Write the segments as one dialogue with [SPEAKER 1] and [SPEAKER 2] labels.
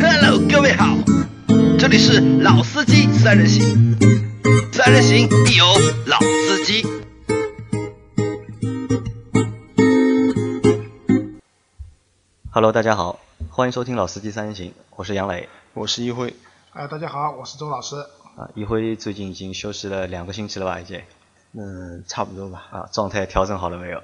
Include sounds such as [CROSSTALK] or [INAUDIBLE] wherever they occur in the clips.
[SPEAKER 1] Hello，各位好，这里是老司机三人行，三人行必有老司机。
[SPEAKER 2] Hello，大家好，欢迎收听《老司机三人行》，我是杨磊。
[SPEAKER 3] 我是一辉，
[SPEAKER 4] 哎，大家好，我是周老师。
[SPEAKER 2] 啊，一辉最近已经休息了两个星期了吧？已经
[SPEAKER 3] 嗯，差不多吧，
[SPEAKER 2] 啊，状态调整好了没有？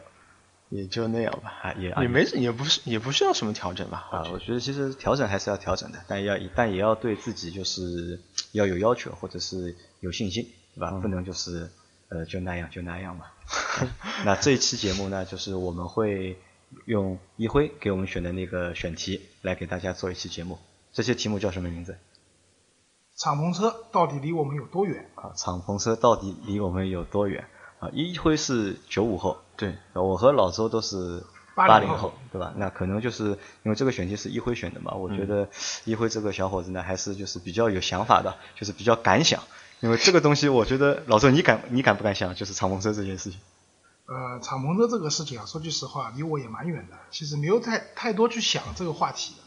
[SPEAKER 3] 也就那样吧，
[SPEAKER 2] 啊，也啊
[SPEAKER 3] 也没也不是也不需要什么调整吧，
[SPEAKER 2] 啊，我觉得其实调整还是要调整的，但要但也要对自己就是要有要求，或者是有信心，对
[SPEAKER 3] 嗯
[SPEAKER 2] 吧？不能就是呃就那样就那样嘛。 [LAUGHS] 那这一期节目呢，就是我们会用一辉给我们选的那个选题来给大家做一期节目。这些题目叫什么名字？
[SPEAKER 4] 敞篷车到底离我们有多远？
[SPEAKER 2] 啊，敞篷车到底离我们有多远？啊，一辉是九五后，
[SPEAKER 3] 对，
[SPEAKER 2] 我和老周都是
[SPEAKER 4] 80
[SPEAKER 2] 八零
[SPEAKER 4] 后
[SPEAKER 2] 后，对吧？那可能就是因为这个选题是一辉选的嘛，我觉得一辉这个小伙子呢，还是就是比较有想法的，就是比较敢想。因为这个东西，我觉得老周你敢你敢不敢想，就是敞篷车这件事情
[SPEAKER 4] 呃，敞篷车这个事情啊，说句实话，离我也蛮远的。其实没有太太多去想这个话题的。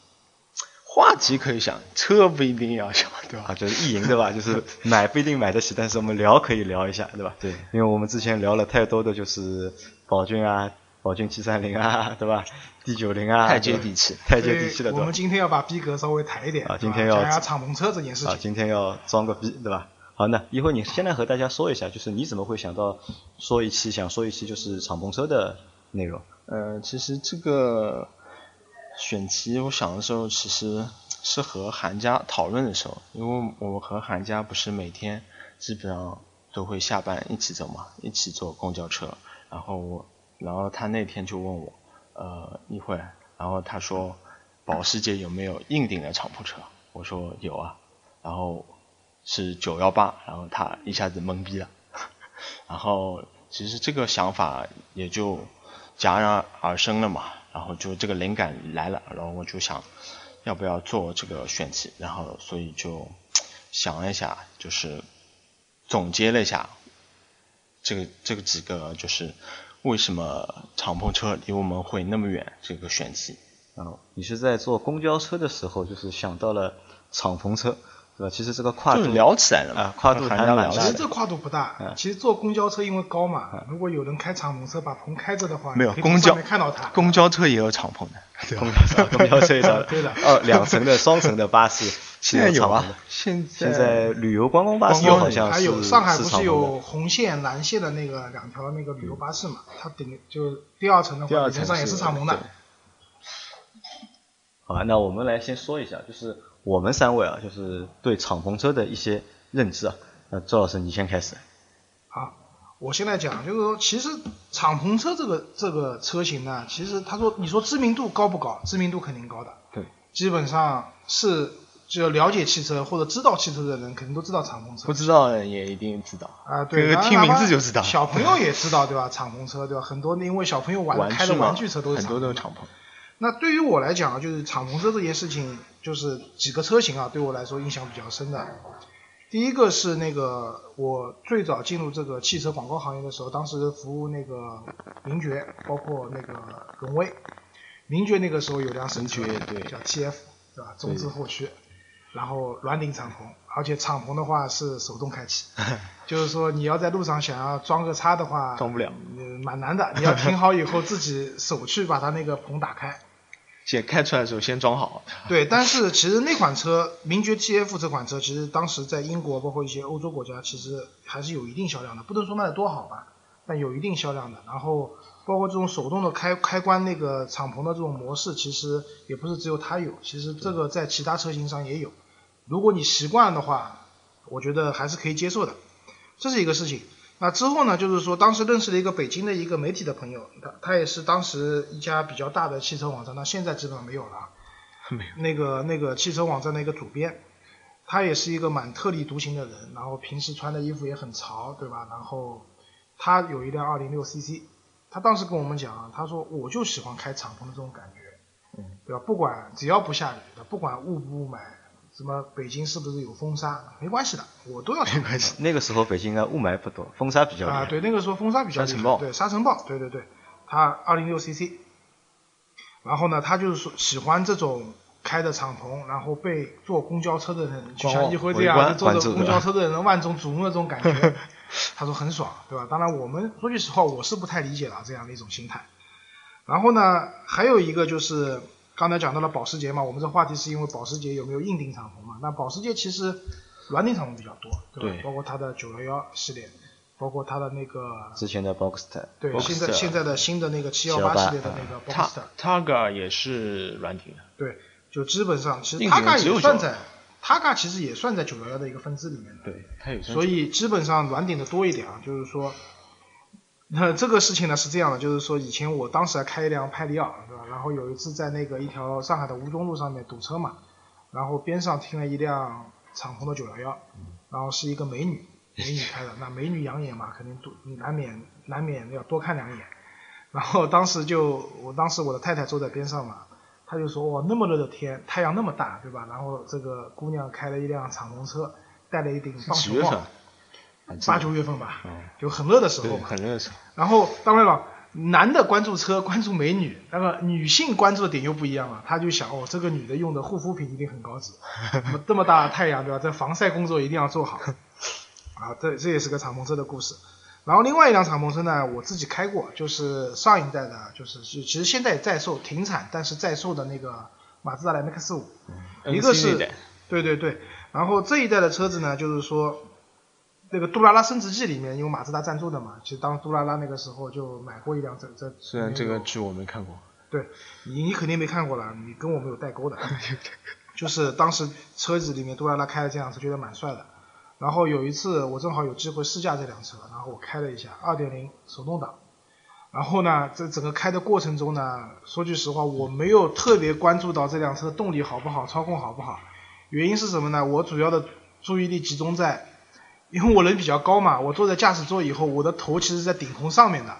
[SPEAKER 3] 话题可以想，车不一定要想，对
[SPEAKER 2] 啊，
[SPEAKER 3] 吧？
[SPEAKER 2] 就是意淫对吧？就是买不一定买得起，但是我们聊可以聊一下，对吧？
[SPEAKER 3] 对
[SPEAKER 2] 因为我们之前聊了太多的就是宝骏啊、宝骏七三零啊，对吧？D 九零啊，
[SPEAKER 3] 太接
[SPEAKER 2] 对吧
[SPEAKER 3] 地气，
[SPEAKER 2] 太接地气了，
[SPEAKER 4] 所
[SPEAKER 2] 对
[SPEAKER 4] 以我
[SPEAKER 2] 吧
[SPEAKER 4] 们？今天要把逼格稍微抬一点，
[SPEAKER 2] 啊
[SPEAKER 4] 对吧
[SPEAKER 2] 今天要
[SPEAKER 4] 讲一下敞篷车这件事
[SPEAKER 2] 啊，
[SPEAKER 4] 情。
[SPEAKER 2] 今天要装个逼，对吧？好，那一会儿你先来和大家说一下，就是你怎么会想到说一期想说一期就是敞篷车的内容？
[SPEAKER 3] 呃，其实这个选题，我想的时候其实是和韩家讨论的时候，因为我和韩家不是每天基本上都会下班一起走嘛，一起坐公交车，然后我，然后他那天就问我，呃，一会儿，然后他说，保时捷有没有硬顶的敞篷车？我说有啊，然后是九幺八，然后他一下子懵逼了。然后其实这个想法也就戛然而生了嘛，然后就这个灵感来了，然后我就想要不要做这个选题，然后所以就想了一下，就是总结了一下这个这个几个就是为什么敞篷车离我们会那么远这个选题。
[SPEAKER 2] 啊，你是在坐公交车的时候，就是想到了敞篷车，对吧？其实这个跨
[SPEAKER 3] 就
[SPEAKER 2] 度
[SPEAKER 3] 是聊起来了嘛
[SPEAKER 2] 啊跨度
[SPEAKER 3] 和
[SPEAKER 2] 还
[SPEAKER 3] 韩家
[SPEAKER 2] 蛮
[SPEAKER 3] 聊
[SPEAKER 2] 大
[SPEAKER 4] 其
[SPEAKER 3] 起
[SPEAKER 2] 的
[SPEAKER 4] 实
[SPEAKER 3] 来。
[SPEAKER 4] 这跨度不
[SPEAKER 2] 嗯
[SPEAKER 4] 大，其实坐公交车因为高嘛，如果有人开敞篷车把棚开着的话，
[SPEAKER 3] 没有
[SPEAKER 4] 你可以
[SPEAKER 3] 公
[SPEAKER 4] 从
[SPEAKER 3] 交
[SPEAKER 4] 上面哎看到他。
[SPEAKER 3] 公交车也有敞篷的，
[SPEAKER 2] 公交车，公交车一张
[SPEAKER 4] 对的
[SPEAKER 2] 哦，两层的、双层的巴士是
[SPEAKER 3] 现在有
[SPEAKER 2] 敞篷
[SPEAKER 3] 啊
[SPEAKER 2] 的。，
[SPEAKER 3] 现
[SPEAKER 2] 现在旅游观光巴士
[SPEAKER 3] 观光
[SPEAKER 2] 好像
[SPEAKER 4] 还
[SPEAKER 2] 是
[SPEAKER 4] 有上海
[SPEAKER 2] 是
[SPEAKER 4] 不
[SPEAKER 2] 敞篷
[SPEAKER 4] 是有
[SPEAKER 2] 的
[SPEAKER 4] 红线、蓝线的那个两条那个旅游巴士
[SPEAKER 2] 嗯
[SPEAKER 4] 嘛？它顶就第二层的
[SPEAKER 3] 第
[SPEAKER 4] 话，
[SPEAKER 3] 二
[SPEAKER 4] 理
[SPEAKER 3] 层
[SPEAKER 4] 论上也是敞篷的
[SPEAKER 3] 对。
[SPEAKER 2] 好吧，那我们来先说一下，就是我们三位啊，就是对敞篷车的一些认知啊。那周老师，你先开始。
[SPEAKER 4] 好，我现在讲就是说，其实敞篷车这个这个车型呢，其实他说你说知名度高不高？知名度肯定高的，
[SPEAKER 3] 对，
[SPEAKER 4] 基本上是就了解汽车或者知道汽车的人，肯定都知道敞篷车
[SPEAKER 3] 不。知道的也一定知道。
[SPEAKER 4] 啊，对，
[SPEAKER 3] 这个
[SPEAKER 4] 然后
[SPEAKER 3] 听
[SPEAKER 4] 哪
[SPEAKER 3] 名
[SPEAKER 4] 怕
[SPEAKER 3] 字就知道
[SPEAKER 4] 小朋友也知道，对吧？敞篷车，对吧？很多因为小朋友玩
[SPEAKER 3] 玩
[SPEAKER 4] 开
[SPEAKER 3] 具
[SPEAKER 4] 的
[SPEAKER 3] 嘛，
[SPEAKER 4] 玩具车都是
[SPEAKER 3] 很多
[SPEAKER 4] 敞
[SPEAKER 3] 都
[SPEAKER 4] 篷
[SPEAKER 3] 是
[SPEAKER 4] 的。
[SPEAKER 3] 敞篷。
[SPEAKER 4] 那对于我来讲啊，就是敞篷车这件事情，就是几个车型啊，对我来说印象比较深的。第一个是那个我最早进入这个汽车广告行业的时候，当时服务那个名爵，包括那个荣威。名爵那个时候有辆神车，
[SPEAKER 3] 名爵对
[SPEAKER 4] 叫 TF，对吧？中置后驱，然后软顶敞篷，而且敞篷的话是手动开启，
[SPEAKER 3] [LAUGHS]
[SPEAKER 4] 就是说你要在路上想要装个叉的话，
[SPEAKER 3] 装不了
[SPEAKER 4] 呃，蛮难的。你要停好以后自己手去把它那个棚打开。
[SPEAKER 3] 先开出来的时候先装好，
[SPEAKER 4] 对，但是其实那款车，名爵 TF 这款车，其实当时在英国包括一些欧洲国家，其实还是有一定销量的，不能说卖的多好吧，但有一定销量的。然后包括这种手动的开开关那个敞篷的这种模式，其实也不是只有它有，其实这个在其他车型上也有。如果你习惯的话，我觉得还是可以接受的，这是一个事情。那之后呢，就是说当时认识了一个北京的一个媒体的朋友，他他也是当时一家比较大的汽车网站，那现在基本上没有了啊。那个那个汽车网站的一个主编，他也是一个蛮特立独行的人，然后平时穿的衣服也很潮，对吧？然后他有一辆2 0 6 CC，他当时跟我们讲啊，他说我就喜欢开敞篷的这种感觉，
[SPEAKER 3] 嗯，
[SPEAKER 4] 对吧？不管只要不下雨的，不管雾不雾霾，什么北京是不是有风沙，没关系的，我都要敞篷。
[SPEAKER 3] 关系。
[SPEAKER 2] 那个时候北京应该雾霾不多，风沙比较厉害。
[SPEAKER 4] 啊，对，那个时候风沙比较厉害
[SPEAKER 3] 沙尘暴
[SPEAKER 4] 对，沙尘暴，对对对，它二零六 CC。然后呢，他就是说喜欢这种开的敞篷，然后被坐公交车的人，就
[SPEAKER 3] 观
[SPEAKER 4] 像
[SPEAKER 3] 望
[SPEAKER 4] 一辉这
[SPEAKER 2] 围
[SPEAKER 4] 样
[SPEAKER 2] 观
[SPEAKER 4] 就坐着
[SPEAKER 2] 关注
[SPEAKER 4] 公
[SPEAKER 2] 的 [LAUGHS]
[SPEAKER 4] 交车的人万众瞩目的这种感觉，他说很爽，对吧？当然，我们说句实话，我是不太理解了这样的一种心态。然后呢，还有一个就是刚才讲到了保时捷嘛，我们这话题是因为保时捷有没有硬顶敞篷嘛？那保时捷其实软顶敞篷比较多，对吧？
[SPEAKER 3] 对
[SPEAKER 4] 包括它的911系列，包括它的那个
[SPEAKER 2] 之前的 Boxster，
[SPEAKER 4] 对，现在
[SPEAKER 3] Boxster
[SPEAKER 4] 现在的新的那个718
[SPEAKER 2] 718
[SPEAKER 4] 系列的那个 b o
[SPEAKER 3] 它
[SPEAKER 4] x t e r
[SPEAKER 3] 它个也是软顶的，
[SPEAKER 4] 对，就基本上其实
[SPEAKER 3] 硬
[SPEAKER 4] 塔
[SPEAKER 3] 顶
[SPEAKER 4] 嘎
[SPEAKER 3] 只有
[SPEAKER 4] 也算
[SPEAKER 3] 911
[SPEAKER 4] 在塔嘎其实也算在911的一个分支里面的。
[SPEAKER 3] 对，它有
[SPEAKER 4] 所以基本上软顶的多一点啊，就是说， [LAUGHS] 那这个事情呢是这样的，就是说以前我当时还开一辆派利奥，对吧？然后有一次在那个一条上海的吴中路上面堵车嘛，然后边上停了一辆敞篷的九幺幺，然后是一个美女，美女开的，那美女养眼嘛，肯定多你难免难免要多看两眼。然后当时就，我当时我的太太坐在边上嘛，她就说哇那么热的天，太阳那么大，对吧？然后这个姑娘开了一辆敞篷车，戴了一顶棒
[SPEAKER 3] 几
[SPEAKER 4] 球
[SPEAKER 3] 月
[SPEAKER 4] 帽
[SPEAKER 3] 份，？
[SPEAKER 4] 八九月份吧，就很热的时候
[SPEAKER 3] 对，
[SPEAKER 4] 嘛。
[SPEAKER 3] 很热的时候。
[SPEAKER 4] 然后当然了，男的关注车，关注美女，那么女性关注的点又不一样了。他就想，哦，这个女的用的护肤品一定很高级， [LAUGHS] 那么这么大的太阳对吧？这防晒工作一定要
[SPEAKER 3] [LAUGHS]
[SPEAKER 4] 做好。啊，这这也是个敞篷车的故事。然后另外一辆敞篷车呢，我自己开过，就是上一代的，就是是其实现在也在售停产，但是在售的那个马自达的 MX 五，一
[SPEAKER 3] NC 嗯那
[SPEAKER 4] 个是
[SPEAKER 3] 代，
[SPEAKER 4] 对对对，然后这一代的车子呢，就是说那个杜拉拉升职记里面有马自达赞助的嘛，其实当杜拉拉那个时候就买过一辆这这，
[SPEAKER 3] 虽然这个剧我没看过，
[SPEAKER 4] 对你你肯定没看过了，你跟我们有代沟的，就是当时车子里面杜拉拉开了这辆车，觉得蛮帅的。然后有一次我正好有机会试驾这辆车，然后我开了一下2.0手动挡，然后呢，这整个开的过程中呢，说句实话，我没有特别关注到这辆车动力好不好，操控好不好。原因是什么呢？我主要的注意力集中在，因为我人比较高嘛，我坐在驾驶座以后，我的头其实是在顶棚上面的。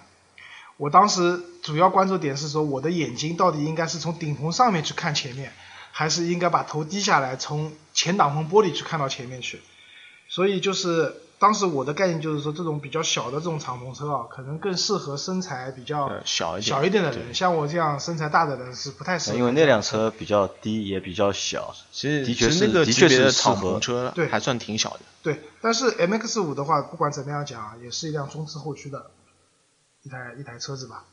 [SPEAKER 4] 我当时主要关注点是说，我的眼睛到底应该是从顶棚上面去看前面，还是应该把头低下来，从前挡风玻璃去看到前面去。所以就是当时我的概念就是说，这种比较小的这种敞篷车啊，可能更适合身材比较
[SPEAKER 3] 呃，小一点，
[SPEAKER 4] 嗯小一点的人，
[SPEAKER 3] 对。
[SPEAKER 4] 像我这样身材大的人是不太适合。
[SPEAKER 2] 因为那辆车比较低，也比较小，
[SPEAKER 3] 其实
[SPEAKER 2] 的确
[SPEAKER 3] 其实
[SPEAKER 2] 是
[SPEAKER 3] 那个
[SPEAKER 2] 的
[SPEAKER 3] 级
[SPEAKER 2] 确
[SPEAKER 3] 别的
[SPEAKER 2] 是适
[SPEAKER 3] 敞
[SPEAKER 2] 合
[SPEAKER 3] 篷。车
[SPEAKER 4] 对
[SPEAKER 3] 还算挺小的，
[SPEAKER 4] 对，但是 MX 五的话，不管怎么样讲啊，也是一辆中置后驱的一台一台车子吧。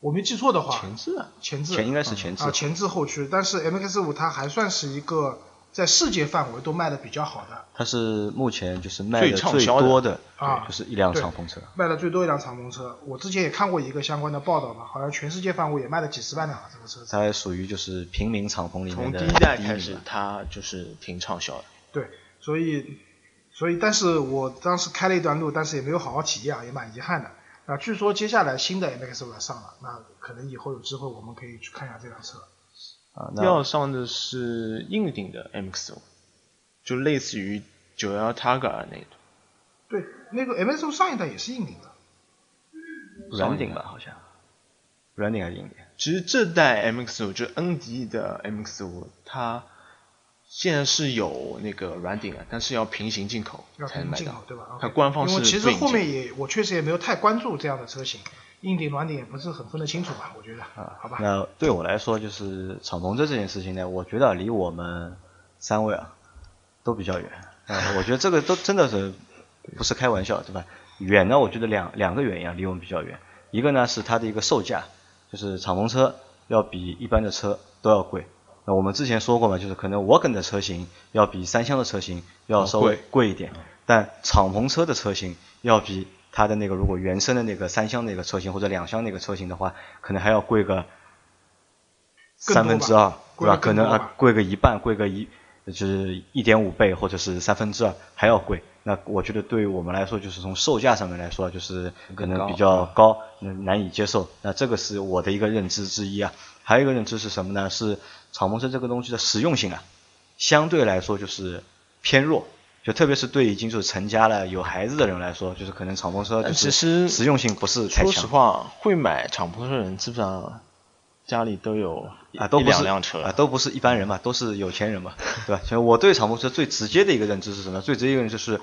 [SPEAKER 4] 我没记错的话，
[SPEAKER 3] 前置啊，
[SPEAKER 4] 前置
[SPEAKER 2] 前应该是前置
[SPEAKER 4] 啊，前置后驱，但是 MX 五它还算是一个在世界范围都卖的比较好的，
[SPEAKER 2] 它是目前就是卖的
[SPEAKER 3] 最畅
[SPEAKER 2] 最
[SPEAKER 3] 销的
[SPEAKER 2] 多的，
[SPEAKER 4] 啊
[SPEAKER 2] 对就是一辆
[SPEAKER 4] 对
[SPEAKER 2] 敞篷车。
[SPEAKER 4] 卖的最多一辆敞篷车。我之前也看过一个相关的报道嘛，好像全世界范围也卖了几十万辆啊这个车子。
[SPEAKER 2] 它属于就是平民敞篷里面
[SPEAKER 3] 从
[SPEAKER 2] 的
[SPEAKER 3] 第一代
[SPEAKER 2] 第
[SPEAKER 3] 开
[SPEAKER 2] 名
[SPEAKER 3] 始
[SPEAKER 2] 吧，
[SPEAKER 3] 它就是挺畅销的。
[SPEAKER 4] 对，所以，所以，但是我当时开了一段路，但是也没有好好体验啊，也蛮遗憾的。啊，据说接下来新的 MX 五要上了，那可能以后有机会我们可以去看一下这辆车。
[SPEAKER 2] 啊，
[SPEAKER 3] 要
[SPEAKER 2] 那
[SPEAKER 3] 上的是硬顶的 MX 五，就类似于九幺 Targa 那种。
[SPEAKER 4] 对，那个 MX 五上一代也是硬顶的，
[SPEAKER 2] 软顶吧，好像软顶还是硬顶？
[SPEAKER 3] 其实这代 MX 五就是恩迪的 MX 五，它现在是有那个软顶啊的，但是要平行进口
[SPEAKER 4] 要
[SPEAKER 3] 才能
[SPEAKER 4] 平
[SPEAKER 3] 买
[SPEAKER 4] 进口
[SPEAKER 3] 到。
[SPEAKER 4] 对吧？
[SPEAKER 3] 它
[SPEAKER 4] OK
[SPEAKER 3] 官方
[SPEAKER 4] 因为
[SPEAKER 3] 是
[SPEAKER 4] 其实
[SPEAKER 3] 不引
[SPEAKER 4] 后面
[SPEAKER 3] 进
[SPEAKER 4] 也我确实也没有太关注这样的车型，硬顶软顶也不是很分得清楚吧，我觉得。啊好吧。
[SPEAKER 2] 那对我来说，就是敞篷车这件事情呢，我觉得离我们三位啊都比较远。啊，我觉得这个都真的是不是开玩笑，对吧？远呢，我觉得两两个原因啊，离我们比较远。一个呢是它的一个售价，就是敞篷车要比一般的车都要贵。那我们之前说过嘛，就是可能 Wagon 的车型要比三厢的车型要稍微
[SPEAKER 3] 贵
[SPEAKER 2] 贵一点，但敞篷车的车型要比它的那个如果原生的那个三厢那个车型或者两厢那个车型的话，可能还要贵个
[SPEAKER 4] 更多吧
[SPEAKER 2] 三分之二，对吧？可
[SPEAKER 4] 贵得更
[SPEAKER 2] 能
[SPEAKER 4] 多吧
[SPEAKER 2] 啊贵个一半，贵个一就是一点五倍或者是三分之二还要贵。那我觉得对于我们来说，就是从售价上面来说，就是可能比较高，嗯难以接受。那这个是我的一个认知之一啊。还有一个认知是什么呢？是敞篷车这个东西的实用性啊，相对来说就是偏弱。就特别是对已经就是成家了有孩子的人来说，就是可能敞篷车就
[SPEAKER 3] 但
[SPEAKER 2] 是
[SPEAKER 3] 呃其实
[SPEAKER 2] 实用性不是太
[SPEAKER 3] 说实
[SPEAKER 2] 强
[SPEAKER 3] 话，会买敞篷车的人基本上家里都有
[SPEAKER 2] 啊，都
[SPEAKER 3] 一
[SPEAKER 2] 不是
[SPEAKER 3] 两辆车
[SPEAKER 2] 啊，都不是一般人嘛，都是有钱人
[SPEAKER 3] [LAUGHS]
[SPEAKER 2] 嘛，对吧？其实我对敞篷车最直接的一个认知是什么？最直接一个认知就是，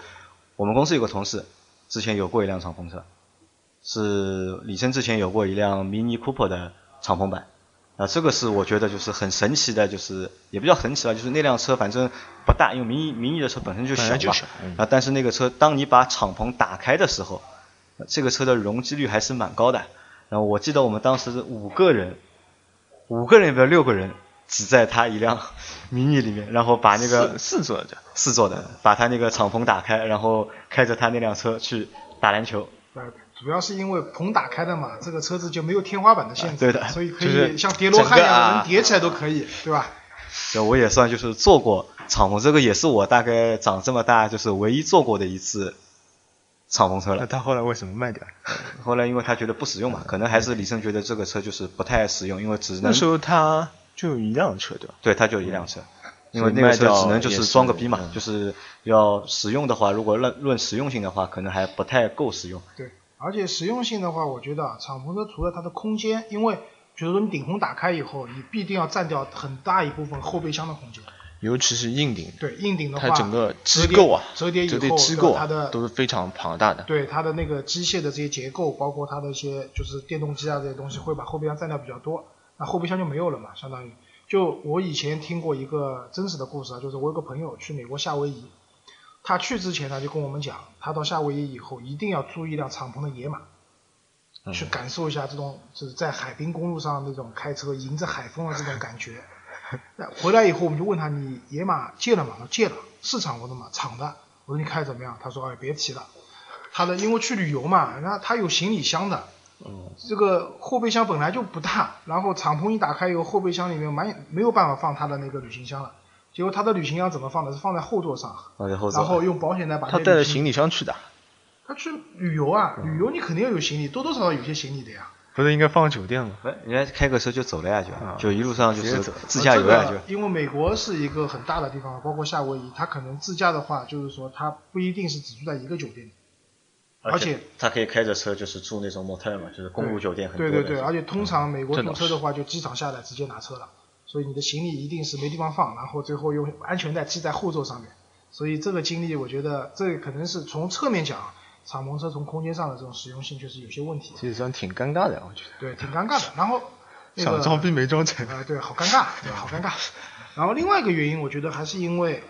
[SPEAKER 2] 我们公司有个同事之前有过一辆敞篷车，是李生之前有过一辆 Mini Cooper 的敞篷版，啊，这个是我觉得就是很神奇的，就是也不叫神奇吧，就是那辆车反正不大，因为民意民意的车本身就
[SPEAKER 3] 本
[SPEAKER 2] 小
[SPEAKER 3] 来
[SPEAKER 2] 嘛，
[SPEAKER 3] 就小嗯
[SPEAKER 2] 啊，但是那个车当你把敞篷打开的时候，呃这个车的容积率还是蛮高的。然后我记得我们当时是五个人，五个人也不要六个人挤在它一辆迷你里面， [LAUGHS] 然后把那个
[SPEAKER 3] 四四座的，
[SPEAKER 2] 四座的把它那个敞篷打开，然后开着它那辆车去打篮球。
[SPEAKER 4] 呃，主要是因为棚打开的嘛，这个车子就没有天花板的限制，
[SPEAKER 2] 啊对的
[SPEAKER 4] 所以可
[SPEAKER 3] 就
[SPEAKER 4] 以
[SPEAKER 3] 是
[SPEAKER 4] 像叠罗
[SPEAKER 3] 整
[SPEAKER 4] 汉一
[SPEAKER 3] 个
[SPEAKER 4] 样
[SPEAKER 3] 啊
[SPEAKER 4] 能叠起来都可以，对吧？
[SPEAKER 2] 对，我也算就是做过敞篷，这个也是我大概长这么大就是唯一做过的一次敞篷车
[SPEAKER 3] 那
[SPEAKER 2] 了。
[SPEAKER 3] 他后来为什么卖掉？
[SPEAKER 2] 后来因为他觉得不实用嘛，可能还是李胜觉得这个车就是不太实用，因为只能
[SPEAKER 3] 那时候他就有一辆车对吧？
[SPEAKER 2] 对他就一辆车，因
[SPEAKER 3] 所
[SPEAKER 2] 为
[SPEAKER 3] 以
[SPEAKER 2] 那个
[SPEAKER 3] 卖
[SPEAKER 2] 车
[SPEAKER 3] 掉
[SPEAKER 2] 只能就
[SPEAKER 3] 也
[SPEAKER 2] 是
[SPEAKER 3] 是
[SPEAKER 2] 装个逼嘛，
[SPEAKER 3] 嗯
[SPEAKER 2] 就是要实用的话，如果论论实用性的话，可能还不太够实用。
[SPEAKER 4] 对，而且实用性的话，我觉得啊，敞篷车除了它的空间，因为比如说你顶棚打开以后，你必定要占掉很大一部分后备箱的空间。
[SPEAKER 3] 尤其是硬顶，
[SPEAKER 4] 对，硬顶的话，
[SPEAKER 3] 它整个
[SPEAKER 4] 折
[SPEAKER 3] 机
[SPEAKER 4] 叠
[SPEAKER 3] 构啊，
[SPEAKER 4] 折叠以后，
[SPEAKER 3] 折叠机构
[SPEAKER 4] 对吧它
[SPEAKER 3] 啊
[SPEAKER 4] 的
[SPEAKER 3] 都是非常庞大的。
[SPEAKER 4] 对它的那个机械的这些结构，包括它的一些就是电动机啊这些东西，会把后备箱占掉比较多，那后备箱就没有了嘛，相当于。就我以前听过一个真实的故事啊，就是我有个朋友去美国夏威夷，他去之前他就跟我们讲，他到夏威夷以后一定要租一辆敞篷的野马，去感受一下这种就是在海滨公路上那种开车迎着海风的这种感觉。那回来以后，我们就问他：“你野马借了吗？”他说：“借了，是敞篷的吗？敞的。”我说：“你开得怎么样？”他说：“哎，别提了，他的因为去旅游嘛，然后他有行李箱的，这个后备箱本来就不大，然后敞篷一打开以后，后备箱里面蛮没有办法放他的那个旅行箱了。结果他的旅行箱怎么放的？是放在后座上，
[SPEAKER 2] 啊然后
[SPEAKER 4] 然后用保险带把
[SPEAKER 3] 他
[SPEAKER 4] 那
[SPEAKER 3] 带着
[SPEAKER 4] 旅
[SPEAKER 3] 行李箱去的，
[SPEAKER 4] 他去旅游啊，旅游你肯定要有行李，多多少少有些行李的呀。
[SPEAKER 3] 不是应该放酒店吗？
[SPEAKER 2] 不
[SPEAKER 4] 哎
[SPEAKER 2] 是人家开个车就走了呀，就、
[SPEAKER 3] 啊
[SPEAKER 2] 就一路上就
[SPEAKER 3] 直接
[SPEAKER 2] 是
[SPEAKER 3] 走
[SPEAKER 2] 自驾游呀，
[SPEAKER 4] 这
[SPEAKER 2] 就
[SPEAKER 4] 个因为美国是一个很大的地方，包括夏威夷，它可能自驾的话，就是说它不一定是只住在一个酒店里，而且
[SPEAKER 2] 他可以开着车就是住那种 motel 嘛，就是公路酒店很多
[SPEAKER 4] 对
[SPEAKER 2] 的。
[SPEAKER 4] 对对，啊而且通常美国
[SPEAKER 3] 这
[SPEAKER 4] 租
[SPEAKER 3] 倒
[SPEAKER 4] 车的话，就机场下来直接拿车了，所以你的行李一定是没地方放，然后最后用安全带系在后座上面。所以这个经历，我觉得这个可能是从侧面讲，敞篷车从空间上的这种实用性确实有些问题，
[SPEAKER 3] 其实算挺尴尬的，我觉得。
[SPEAKER 4] 对，挺尴尬的。然后那
[SPEAKER 3] 想
[SPEAKER 4] 个
[SPEAKER 3] 装逼没装成。
[SPEAKER 4] 啊、对，好尴尬，对，好尴尬。然后另外一个原因，我觉得还是因为，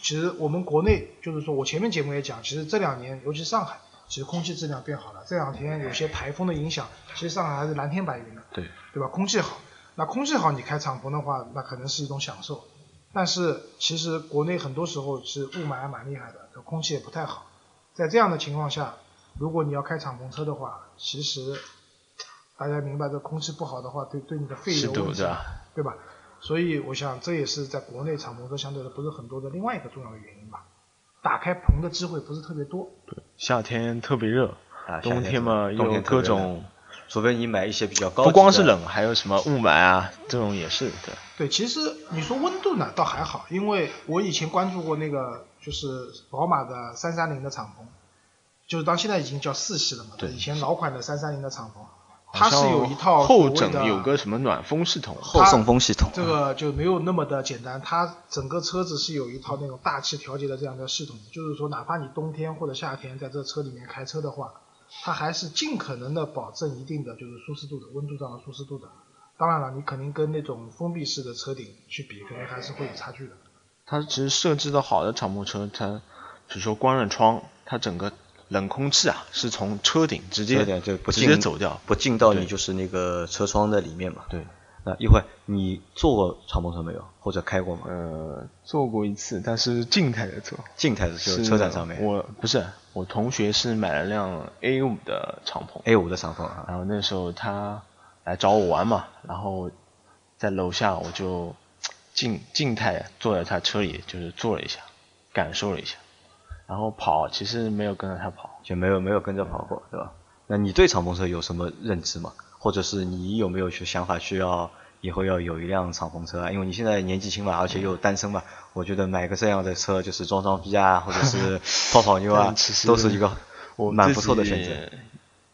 [SPEAKER 4] 其实我们国内就是说，我前面节目也讲，其实这两年，尤其上海，其实空气质量变好了。这两天有些台风的影响，其实上海还是蓝天白云的，
[SPEAKER 3] 对，
[SPEAKER 4] 对吧？空气好，那空气好，你开敞篷的话，那可能是一种享受。但是其实国内很多时候是雾霾还蛮厉害的，这空气也不太好。在这样的情况下，如果你要开敞篷车的话，其实大家明白，这空气不好的话，对对你的肺
[SPEAKER 3] 是
[SPEAKER 4] 有
[SPEAKER 3] 的
[SPEAKER 4] 问，题
[SPEAKER 3] 对，
[SPEAKER 2] 啊
[SPEAKER 3] 吧？
[SPEAKER 4] 对吧？所以我想这也是在国内敞篷车相对的不是很多的另外一个重要的原因吧。打开棚的机会不是特别多，
[SPEAKER 3] 夏天特别热，
[SPEAKER 2] 啊夏
[SPEAKER 3] 冬
[SPEAKER 2] 天
[SPEAKER 3] 天嘛
[SPEAKER 2] 特冬
[SPEAKER 3] 有
[SPEAKER 2] 天特
[SPEAKER 3] 各
[SPEAKER 2] 别
[SPEAKER 3] 种，
[SPEAKER 2] 除非你买一些比较高，
[SPEAKER 3] 不光是，冷，还有什么雾霾啊，这种也是对。
[SPEAKER 4] 对，其实你说温度呢，倒还好，因为我以前关注过那个就是宝马的三三零的敞篷，就是当现在已经叫四系了嘛，
[SPEAKER 3] 对
[SPEAKER 4] 以前老款的三三零的敞篷，它
[SPEAKER 3] 好像
[SPEAKER 4] 是有一套所
[SPEAKER 3] 后
[SPEAKER 4] 谓的
[SPEAKER 3] 枕有个什么暖风系统，
[SPEAKER 2] 后送风系统。
[SPEAKER 4] 这个就没有那么的简单，它整个车子是有一套那种大气调节的这样的系统，就是说哪怕你冬天或者夏天在这车里面开车的话，它还是尽可能的保证一定的就是舒适度的温度上的舒适度的。当然了，你肯定跟那种封闭式的车顶去比，肯定还是会有差距的。
[SPEAKER 3] 它其实设置的好的敞篷车，它比如说关了窗，它整个冷空气啊是从车顶直接
[SPEAKER 2] 对对对，不
[SPEAKER 3] 直接
[SPEAKER 2] 进
[SPEAKER 3] 走掉。
[SPEAKER 2] 不进到你
[SPEAKER 3] 对
[SPEAKER 2] 就是那个车窗的里面嘛。
[SPEAKER 3] 对，
[SPEAKER 2] 那一会儿你坐过敞篷车没有，或者开过吗？
[SPEAKER 3] 呃，坐过一次，但是静态的坐，
[SPEAKER 2] 静态的就是
[SPEAKER 3] 是
[SPEAKER 2] 车展上面
[SPEAKER 3] 我不是我同学是买了辆 A 五的敞篷，
[SPEAKER 2] A 五的敞篷啊，
[SPEAKER 3] 然后那时候他来找我玩嘛，然后在楼下我就静静态坐在他车里，就是坐了一下，感受了一下，然后跑其实没有跟着他跑，
[SPEAKER 2] 就没有没有跟着跑过，对吧？那你对敞篷车有什么认知吗？或者是你有没有去想法去要以后要有一辆敞篷车啊？因为你现在年纪轻嘛，而且又单身嘛，我觉得买个这样的车就是装装逼啊，或者是 [LAUGHS] 泡泡妞啊
[SPEAKER 3] 但其，实
[SPEAKER 2] 都是一个
[SPEAKER 3] 我
[SPEAKER 2] 蛮
[SPEAKER 3] 自
[SPEAKER 2] 不错的
[SPEAKER 3] 己
[SPEAKER 2] 选择。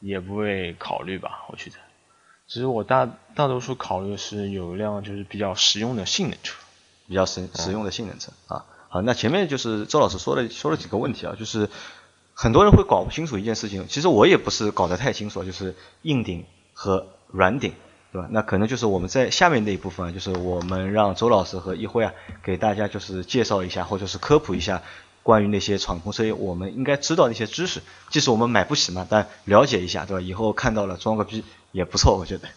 [SPEAKER 3] 也不会考虑吧，我觉得，其实我大大多数考虑是有一辆就是比较实用的性能车，
[SPEAKER 2] 比较实实用的性能车啊。好，那前面就是周老师说了说了几个问题啊，就是很多人会啊搞不清楚一件事情，其实我也不是搞得太清楚，就是硬顶和软顶。对吧？那可能就是我们在下面那一部分啊，就是我们让周老师和一辉啊，给大家就是介绍一下，或者是科普一下关于那些敞篷车，我们应该知道那些知识。即使我们买不起嘛，但了解一下，对吧？以后看到了装个逼也不错，我觉得。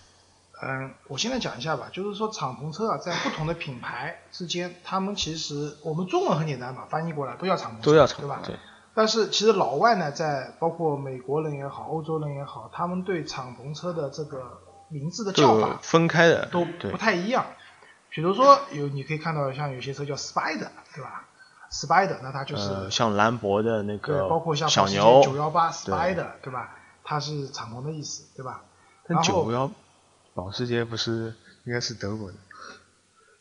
[SPEAKER 4] 嗯，我现在讲一下吧，就是说敞篷车啊，在不同的品牌之间，他们其实我们中文很简单嘛，翻译过来都叫敞篷车，
[SPEAKER 3] 都要成
[SPEAKER 4] 对吧？
[SPEAKER 3] 对，
[SPEAKER 4] 但是其实老外呢，在包括美国人也好，欧洲人也好，他们对敞篷车的这个名字的
[SPEAKER 3] 都
[SPEAKER 4] 叫
[SPEAKER 3] 有
[SPEAKER 4] 法
[SPEAKER 3] 分开的，
[SPEAKER 4] 都
[SPEAKER 3] 对
[SPEAKER 4] 不太一样。比如说有你可以看到像有些车叫 Spider，对吧？Spider 那它就是、
[SPEAKER 3] 呃，像兰博的那
[SPEAKER 4] 对，
[SPEAKER 3] 个
[SPEAKER 4] 包括像
[SPEAKER 3] 小
[SPEAKER 4] 九
[SPEAKER 3] 牛，
[SPEAKER 4] 幺八
[SPEAKER 3] 对
[SPEAKER 4] Spider，对吧？它是敞篷的意思，对吧？
[SPEAKER 3] 但
[SPEAKER 4] 然后
[SPEAKER 3] 九幺保时捷不是应该是德国的？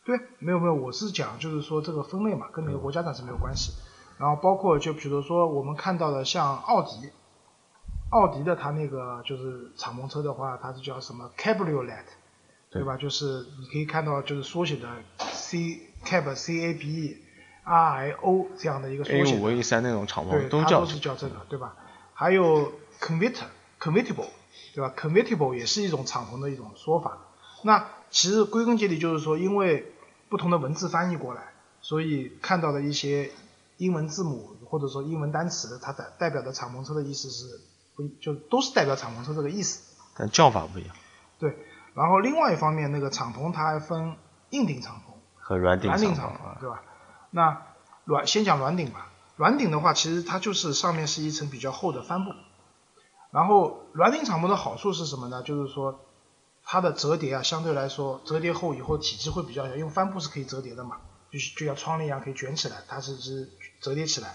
[SPEAKER 4] 对，没有没有，我是讲就是说这个分类嘛，跟哪个国家暂时没有关系。然后包括就比如说我们看到的像奥迪，奥迪的它那个就是敞篷车的话，它是叫什么 Cabriolet，对吧？就是你可以看到就是缩写的 C Cab C A B E R I O 这样的一个缩
[SPEAKER 3] A
[SPEAKER 4] 写的
[SPEAKER 3] 五 A 三那种敞
[SPEAKER 4] 对，
[SPEAKER 3] 篷
[SPEAKER 4] 它
[SPEAKER 3] 叫
[SPEAKER 4] 都是叫这个，对吧？还有 convert convertible，对吧？convertible 也是一种敞篷的一种说法。那其实归根结底就是说，因为不同的文字翻译过来，所以看到的一些英文字母或者说英文单词，它代代表的敞篷车的意思是不一就都是代表敞篷车这个意思。
[SPEAKER 3] 但叫法不一样。
[SPEAKER 4] 对，然后另外一方面，那个敞篷它还分硬顶敞篷
[SPEAKER 2] 和软顶
[SPEAKER 4] 软顶
[SPEAKER 2] 敞
[SPEAKER 4] 敞
[SPEAKER 2] 篷啊
[SPEAKER 4] 篷，对吧？那软先讲软顶吧，软顶的话，其实它就是上面是一层比较厚的帆布，然后软顶敞篷的好处是什么呢？就是说它的折叠啊，相对来说折叠后以后体积会比较小，因为帆布是可以折叠的嘛，就是就像窗帘一样可以卷起来，它是是折叠起来。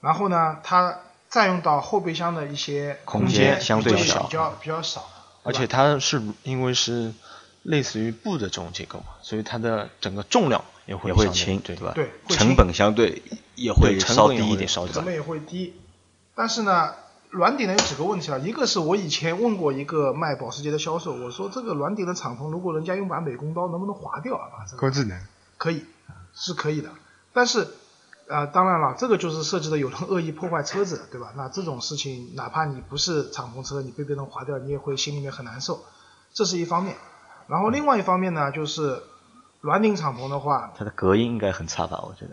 [SPEAKER 4] 然后呢，它占用到后备箱的一些
[SPEAKER 2] 空
[SPEAKER 4] 空
[SPEAKER 2] 间
[SPEAKER 4] 间
[SPEAKER 2] 相对
[SPEAKER 4] 会
[SPEAKER 2] 小
[SPEAKER 4] 比较比较少，
[SPEAKER 3] 而且它是因为是类似于布的这种结构嘛，所以它的整个重量也会
[SPEAKER 2] 也会
[SPEAKER 3] 相对
[SPEAKER 2] 轻，
[SPEAKER 3] 对
[SPEAKER 2] 吧？
[SPEAKER 4] 对会轻
[SPEAKER 2] 成本相对也会
[SPEAKER 3] 对成
[SPEAKER 2] 稍
[SPEAKER 3] 本也
[SPEAKER 2] 低一
[SPEAKER 3] 会
[SPEAKER 2] 点，
[SPEAKER 3] 稍
[SPEAKER 2] 对
[SPEAKER 3] 低
[SPEAKER 2] 吧
[SPEAKER 4] 成？本也会低。但是呢，软顶呢有几个问题啊，一个是我以前问过一个卖保时捷的销售，我说这个软顶的敞篷，如果人家用把美工刀，能不能划掉啊？把这个
[SPEAKER 3] 智能，
[SPEAKER 4] 可以，是可以的。但是，呃，当然了，这个就是涉及到有人恶意破坏车子，对吧？那这种事情，哪怕你不是敞篷车，你被别人划掉，你也会心里面很难受，这是一方面。然后另外一方面呢，就是软顶敞篷的话，
[SPEAKER 2] 它的隔音应该很差吧？我觉得。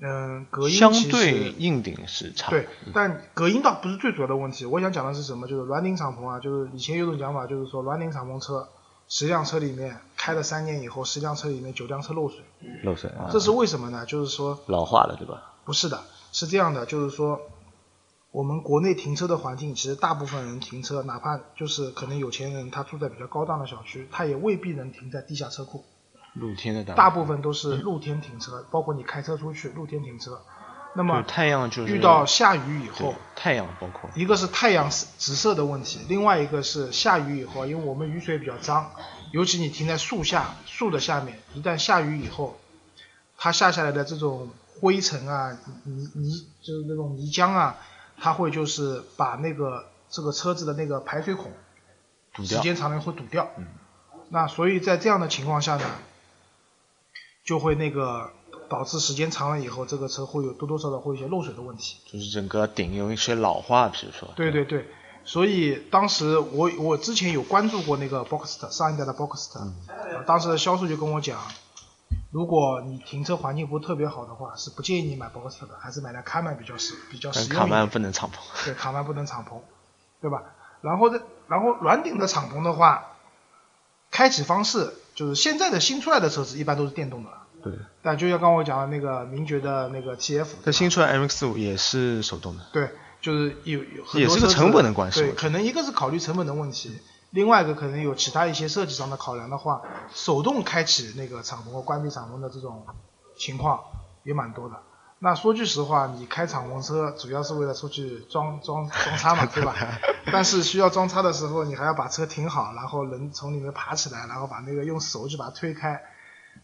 [SPEAKER 4] 嗯、隔音
[SPEAKER 3] 相
[SPEAKER 4] 其实
[SPEAKER 3] 对硬顶是差。
[SPEAKER 4] 对，但隔音倒不是最主要的问题。我想讲的是什么？就是软顶敞篷啊，就是以前有种讲法，就是说软顶敞篷车十辆车里面开了三年以后，十辆车里面九辆车漏水，
[SPEAKER 2] 漏水啊，
[SPEAKER 4] 这是为什么呢？就是说
[SPEAKER 2] 老化了，对吧？
[SPEAKER 4] 不是的，是这样的，就是说我们国内停车的环境，其实大部分人停车，哪怕就是可能有钱人他住在比较高档的小区，他也未必能停在地下车库。
[SPEAKER 3] 露天的大
[SPEAKER 4] 大部分都是露天停车，包括你开车出去露天停车。那
[SPEAKER 3] 就是
[SPEAKER 4] 么
[SPEAKER 3] 太阳就是
[SPEAKER 4] 遇到下雨以后
[SPEAKER 3] 对，太阳包括
[SPEAKER 4] 一个是太阳直射的问题，另外一个是下雨以后，因为我们雨水比较脏，尤其你停在树下、树的下面，一旦下雨以后，它下下来的这种灰尘啊、泥泥就是那种泥浆啊，它会就是把那个这个车子的那个排水孔，
[SPEAKER 3] 堵
[SPEAKER 4] 时
[SPEAKER 3] 掉。嗯
[SPEAKER 4] 间长了会堵掉。那所以在这样的情况下呢，就会那个导致时间长了以后，这个车会有多多少少会有一些漏水的问题。
[SPEAKER 3] 就是整个顶有一些老化，比如说，
[SPEAKER 4] 对对对，所以当时我我之前有关注过那个 Boxster 上一代的 Boxster，、呃当时的销售就跟我讲，如果你停车环境不是特别好的话，是不建议你买 Boxster 的，还是买辆卡曼比较实比较
[SPEAKER 3] 但
[SPEAKER 4] 实用
[SPEAKER 3] 卡
[SPEAKER 4] 一点。
[SPEAKER 3] 曼不能敞篷，
[SPEAKER 4] 对，卡曼不能敞篷，对吧？然后这然后软顶的敞篷的话，开启方式就是现在的新出来的车子一般都是电动的了。
[SPEAKER 2] 对。
[SPEAKER 4] 但就像刚刚我讲的那个名爵的那个 TF，
[SPEAKER 3] 它新出来 MX 四五也是手动的，
[SPEAKER 4] 对，就是有有很
[SPEAKER 3] 也
[SPEAKER 4] 多
[SPEAKER 3] 是个
[SPEAKER 4] 车子
[SPEAKER 3] 成本的关系
[SPEAKER 4] 对，
[SPEAKER 3] 我觉得
[SPEAKER 4] 可能一个是考虑成本的问题，另外一个可能有其他一些设计上的考量的话，手动开启那个敞篷和关闭敞篷的这种情况也蛮多的。那说句实话，你开敞篷车主要是为了出去装装装叉嘛，
[SPEAKER 3] [LAUGHS]
[SPEAKER 4] 对吧？但是需要装叉的时候，你还要把车停好，然后人从里面爬起来，然后把那个用手去把它推开，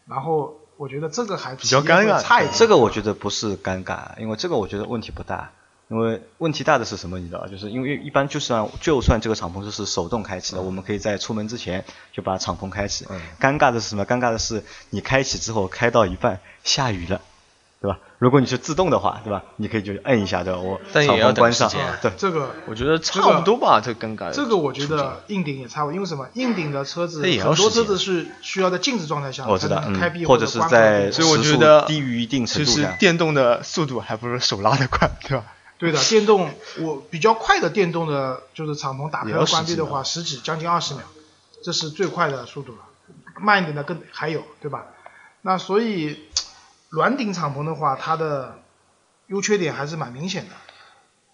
[SPEAKER 4] 然后我觉得这个还比
[SPEAKER 3] 较尴尬
[SPEAKER 4] 差一点。
[SPEAKER 2] 这个我觉得不是尴尬，因为这个我觉得问题不大。因为问题大的是什么？你知道，就是因为一般就算就算这个敞篷车是手动开
[SPEAKER 3] 嗯
[SPEAKER 2] 启的，我们可以在出门之前就把敞篷开启。尴尬的是什么？尴尬的是你开启之后开到一半下雨了，对吧？如果你是自动的话，对吧？你可以就摁一下，对吧？我
[SPEAKER 3] 但也
[SPEAKER 2] 操
[SPEAKER 3] 要
[SPEAKER 2] 控
[SPEAKER 3] 等
[SPEAKER 2] 关
[SPEAKER 3] 时
[SPEAKER 2] 上
[SPEAKER 3] 间，啊
[SPEAKER 2] 对，
[SPEAKER 4] 这个
[SPEAKER 3] 我觉得差不多吧，这更改。
[SPEAKER 4] 这个我觉得硬顶也差不多，因为什么？硬顶的车子
[SPEAKER 3] 呃它也要
[SPEAKER 4] 很多
[SPEAKER 3] 时间
[SPEAKER 4] 车子是需要在静止状态下
[SPEAKER 2] 我
[SPEAKER 4] 才
[SPEAKER 2] 知道，
[SPEAKER 4] 能开
[SPEAKER 2] 嗯，
[SPEAKER 4] 闭
[SPEAKER 2] 或
[SPEAKER 4] 者
[SPEAKER 2] 者是
[SPEAKER 4] 关闭
[SPEAKER 2] 在
[SPEAKER 4] 的
[SPEAKER 3] 所以我
[SPEAKER 2] 时
[SPEAKER 3] 觉
[SPEAKER 2] 速
[SPEAKER 3] 得
[SPEAKER 2] 低于一定程
[SPEAKER 3] 其
[SPEAKER 2] 度
[SPEAKER 3] 实
[SPEAKER 2] 下，
[SPEAKER 3] 电动的速度还不如手拉的 [LAUGHS] 快，对吧？
[SPEAKER 4] 对的，电动我比较快的电动的，就是敞篷打开
[SPEAKER 3] 也要
[SPEAKER 4] 和
[SPEAKER 3] 十几
[SPEAKER 4] 关闭的话，十几将近二十秒，这是最快的速度了。慢一点的更还有，对吧？那所以软顶敞篷的话，它的优缺点还是蛮明显的。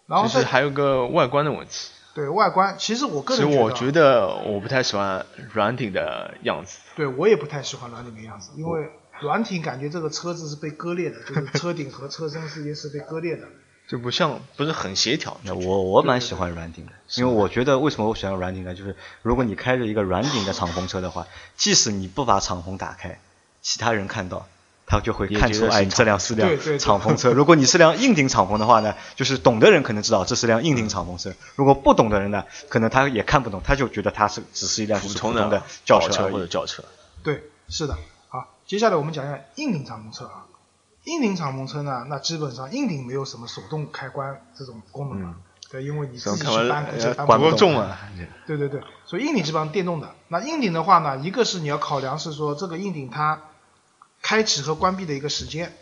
[SPEAKER 4] 然后
[SPEAKER 3] 就是
[SPEAKER 4] 在
[SPEAKER 3] 还有个外观的问题。
[SPEAKER 4] 对外观，其实我
[SPEAKER 3] 其
[SPEAKER 4] 个
[SPEAKER 3] 实
[SPEAKER 4] 人
[SPEAKER 3] 我
[SPEAKER 4] 觉
[SPEAKER 3] 觉
[SPEAKER 4] 得，啊
[SPEAKER 3] 得啊我不太喜欢软顶的样子，
[SPEAKER 4] 对我也不太喜欢软顶的样子，因为软顶感觉这个车子是被割裂的，就是 [LAUGHS] 车顶和车身之间是被割裂的。
[SPEAKER 3] 就不像不是很协调。
[SPEAKER 2] 那我我蛮喜欢软顶的，因为我觉得为什么我喜欢软顶呢？就是如果你开着一个软顶的敞篷车的话，即使你不把敞篷打开，其他人看到。他就会
[SPEAKER 3] 也
[SPEAKER 2] 看
[SPEAKER 3] 觉
[SPEAKER 2] 出，
[SPEAKER 3] 得
[SPEAKER 2] 哎，
[SPEAKER 3] 是
[SPEAKER 2] 这辆是辆
[SPEAKER 4] 对对对
[SPEAKER 2] 敞篷车。如果你是辆硬顶敞篷的话呢，就是懂的人可能知道这是辆硬顶敞篷车；如果不懂的人呢，可能他也看不懂，他就觉得它是只是一辆
[SPEAKER 3] 普
[SPEAKER 2] 就是
[SPEAKER 3] 通
[SPEAKER 2] 普
[SPEAKER 3] 的
[SPEAKER 2] 的
[SPEAKER 3] 轿
[SPEAKER 2] 轿
[SPEAKER 3] 车
[SPEAKER 2] 而
[SPEAKER 3] 或者
[SPEAKER 2] 已。
[SPEAKER 3] 轿车，
[SPEAKER 4] 对，是的。好，接下来我们讲讲硬顶敞篷车啊。硬顶敞篷车呢，那基本上硬顶没有什么手动开关这种功能了，啊嗯对，因为你自
[SPEAKER 3] 怎么
[SPEAKER 4] 己
[SPEAKER 3] 看
[SPEAKER 4] 去
[SPEAKER 3] 完
[SPEAKER 4] 搬估计
[SPEAKER 3] 呃
[SPEAKER 4] 搬
[SPEAKER 3] 不
[SPEAKER 4] 动
[SPEAKER 3] 够重啊？
[SPEAKER 4] 对对对，所以硬顶基本上电动的。那硬顶的话呢，一个是你要考量是说这个硬顶它开启和关闭的一个时间，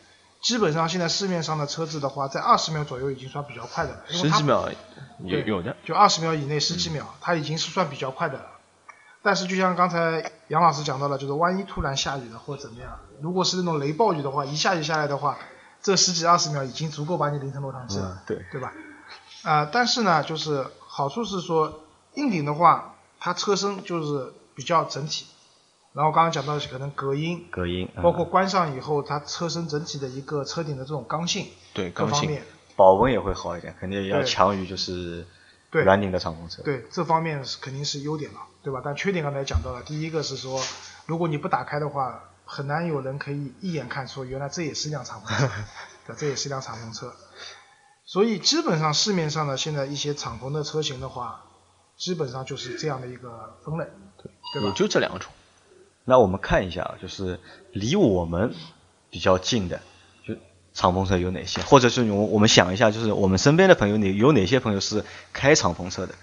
[SPEAKER 4] 基本上现在市面上的车子的话，在二十秒左右已经算比较快的了，因为
[SPEAKER 3] 十
[SPEAKER 4] 它
[SPEAKER 3] 几秒有
[SPEAKER 4] 对
[SPEAKER 3] 有的，
[SPEAKER 4] 就二十秒以内十几秒，它已经是算比较快的了。但是就像刚才杨老师讲到了，就是万一突然下雨了或者怎么样，如果是那种雷暴雨的话，一下雨下来的话，这十几二十秒已经足够把你淋成落汤鸡了。
[SPEAKER 3] 嗯，对，
[SPEAKER 4] 对吧？啊、但是呢，就是好处是说，硬顶的话，它车身就是比较整体，然后刚刚讲到的是可能隔音，
[SPEAKER 2] 隔音，嗯
[SPEAKER 4] 包括关上以后，它车身整体的一个车顶的这种刚性，
[SPEAKER 3] 对，
[SPEAKER 4] 各
[SPEAKER 3] 刚
[SPEAKER 4] 方
[SPEAKER 3] 性
[SPEAKER 4] 面，
[SPEAKER 2] 保温也会好一点，肯定也要
[SPEAKER 4] 对
[SPEAKER 2] 强于就是
[SPEAKER 4] 对
[SPEAKER 2] 软顶的敞篷车。
[SPEAKER 4] 对这方面是肯定是优点了，对吧？但缺点刚才讲到了，第一个是说，如果你不打开的话，很难有人可以一眼看出原来这也是一辆敞篷车，对，这也是一辆敞篷车。所以基本上市面上的现在一些敞篷的车型的话，基本上就是这样的一个分类，对
[SPEAKER 3] 也
[SPEAKER 4] 吧？
[SPEAKER 3] 就这两种。
[SPEAKER 2] 那我们看一下，啊，就是离我们比较近的，就敞篷车有哪些？或者是我我们想一下，就是我们身边的朋友，你有哪些朋友是开敞篷车的？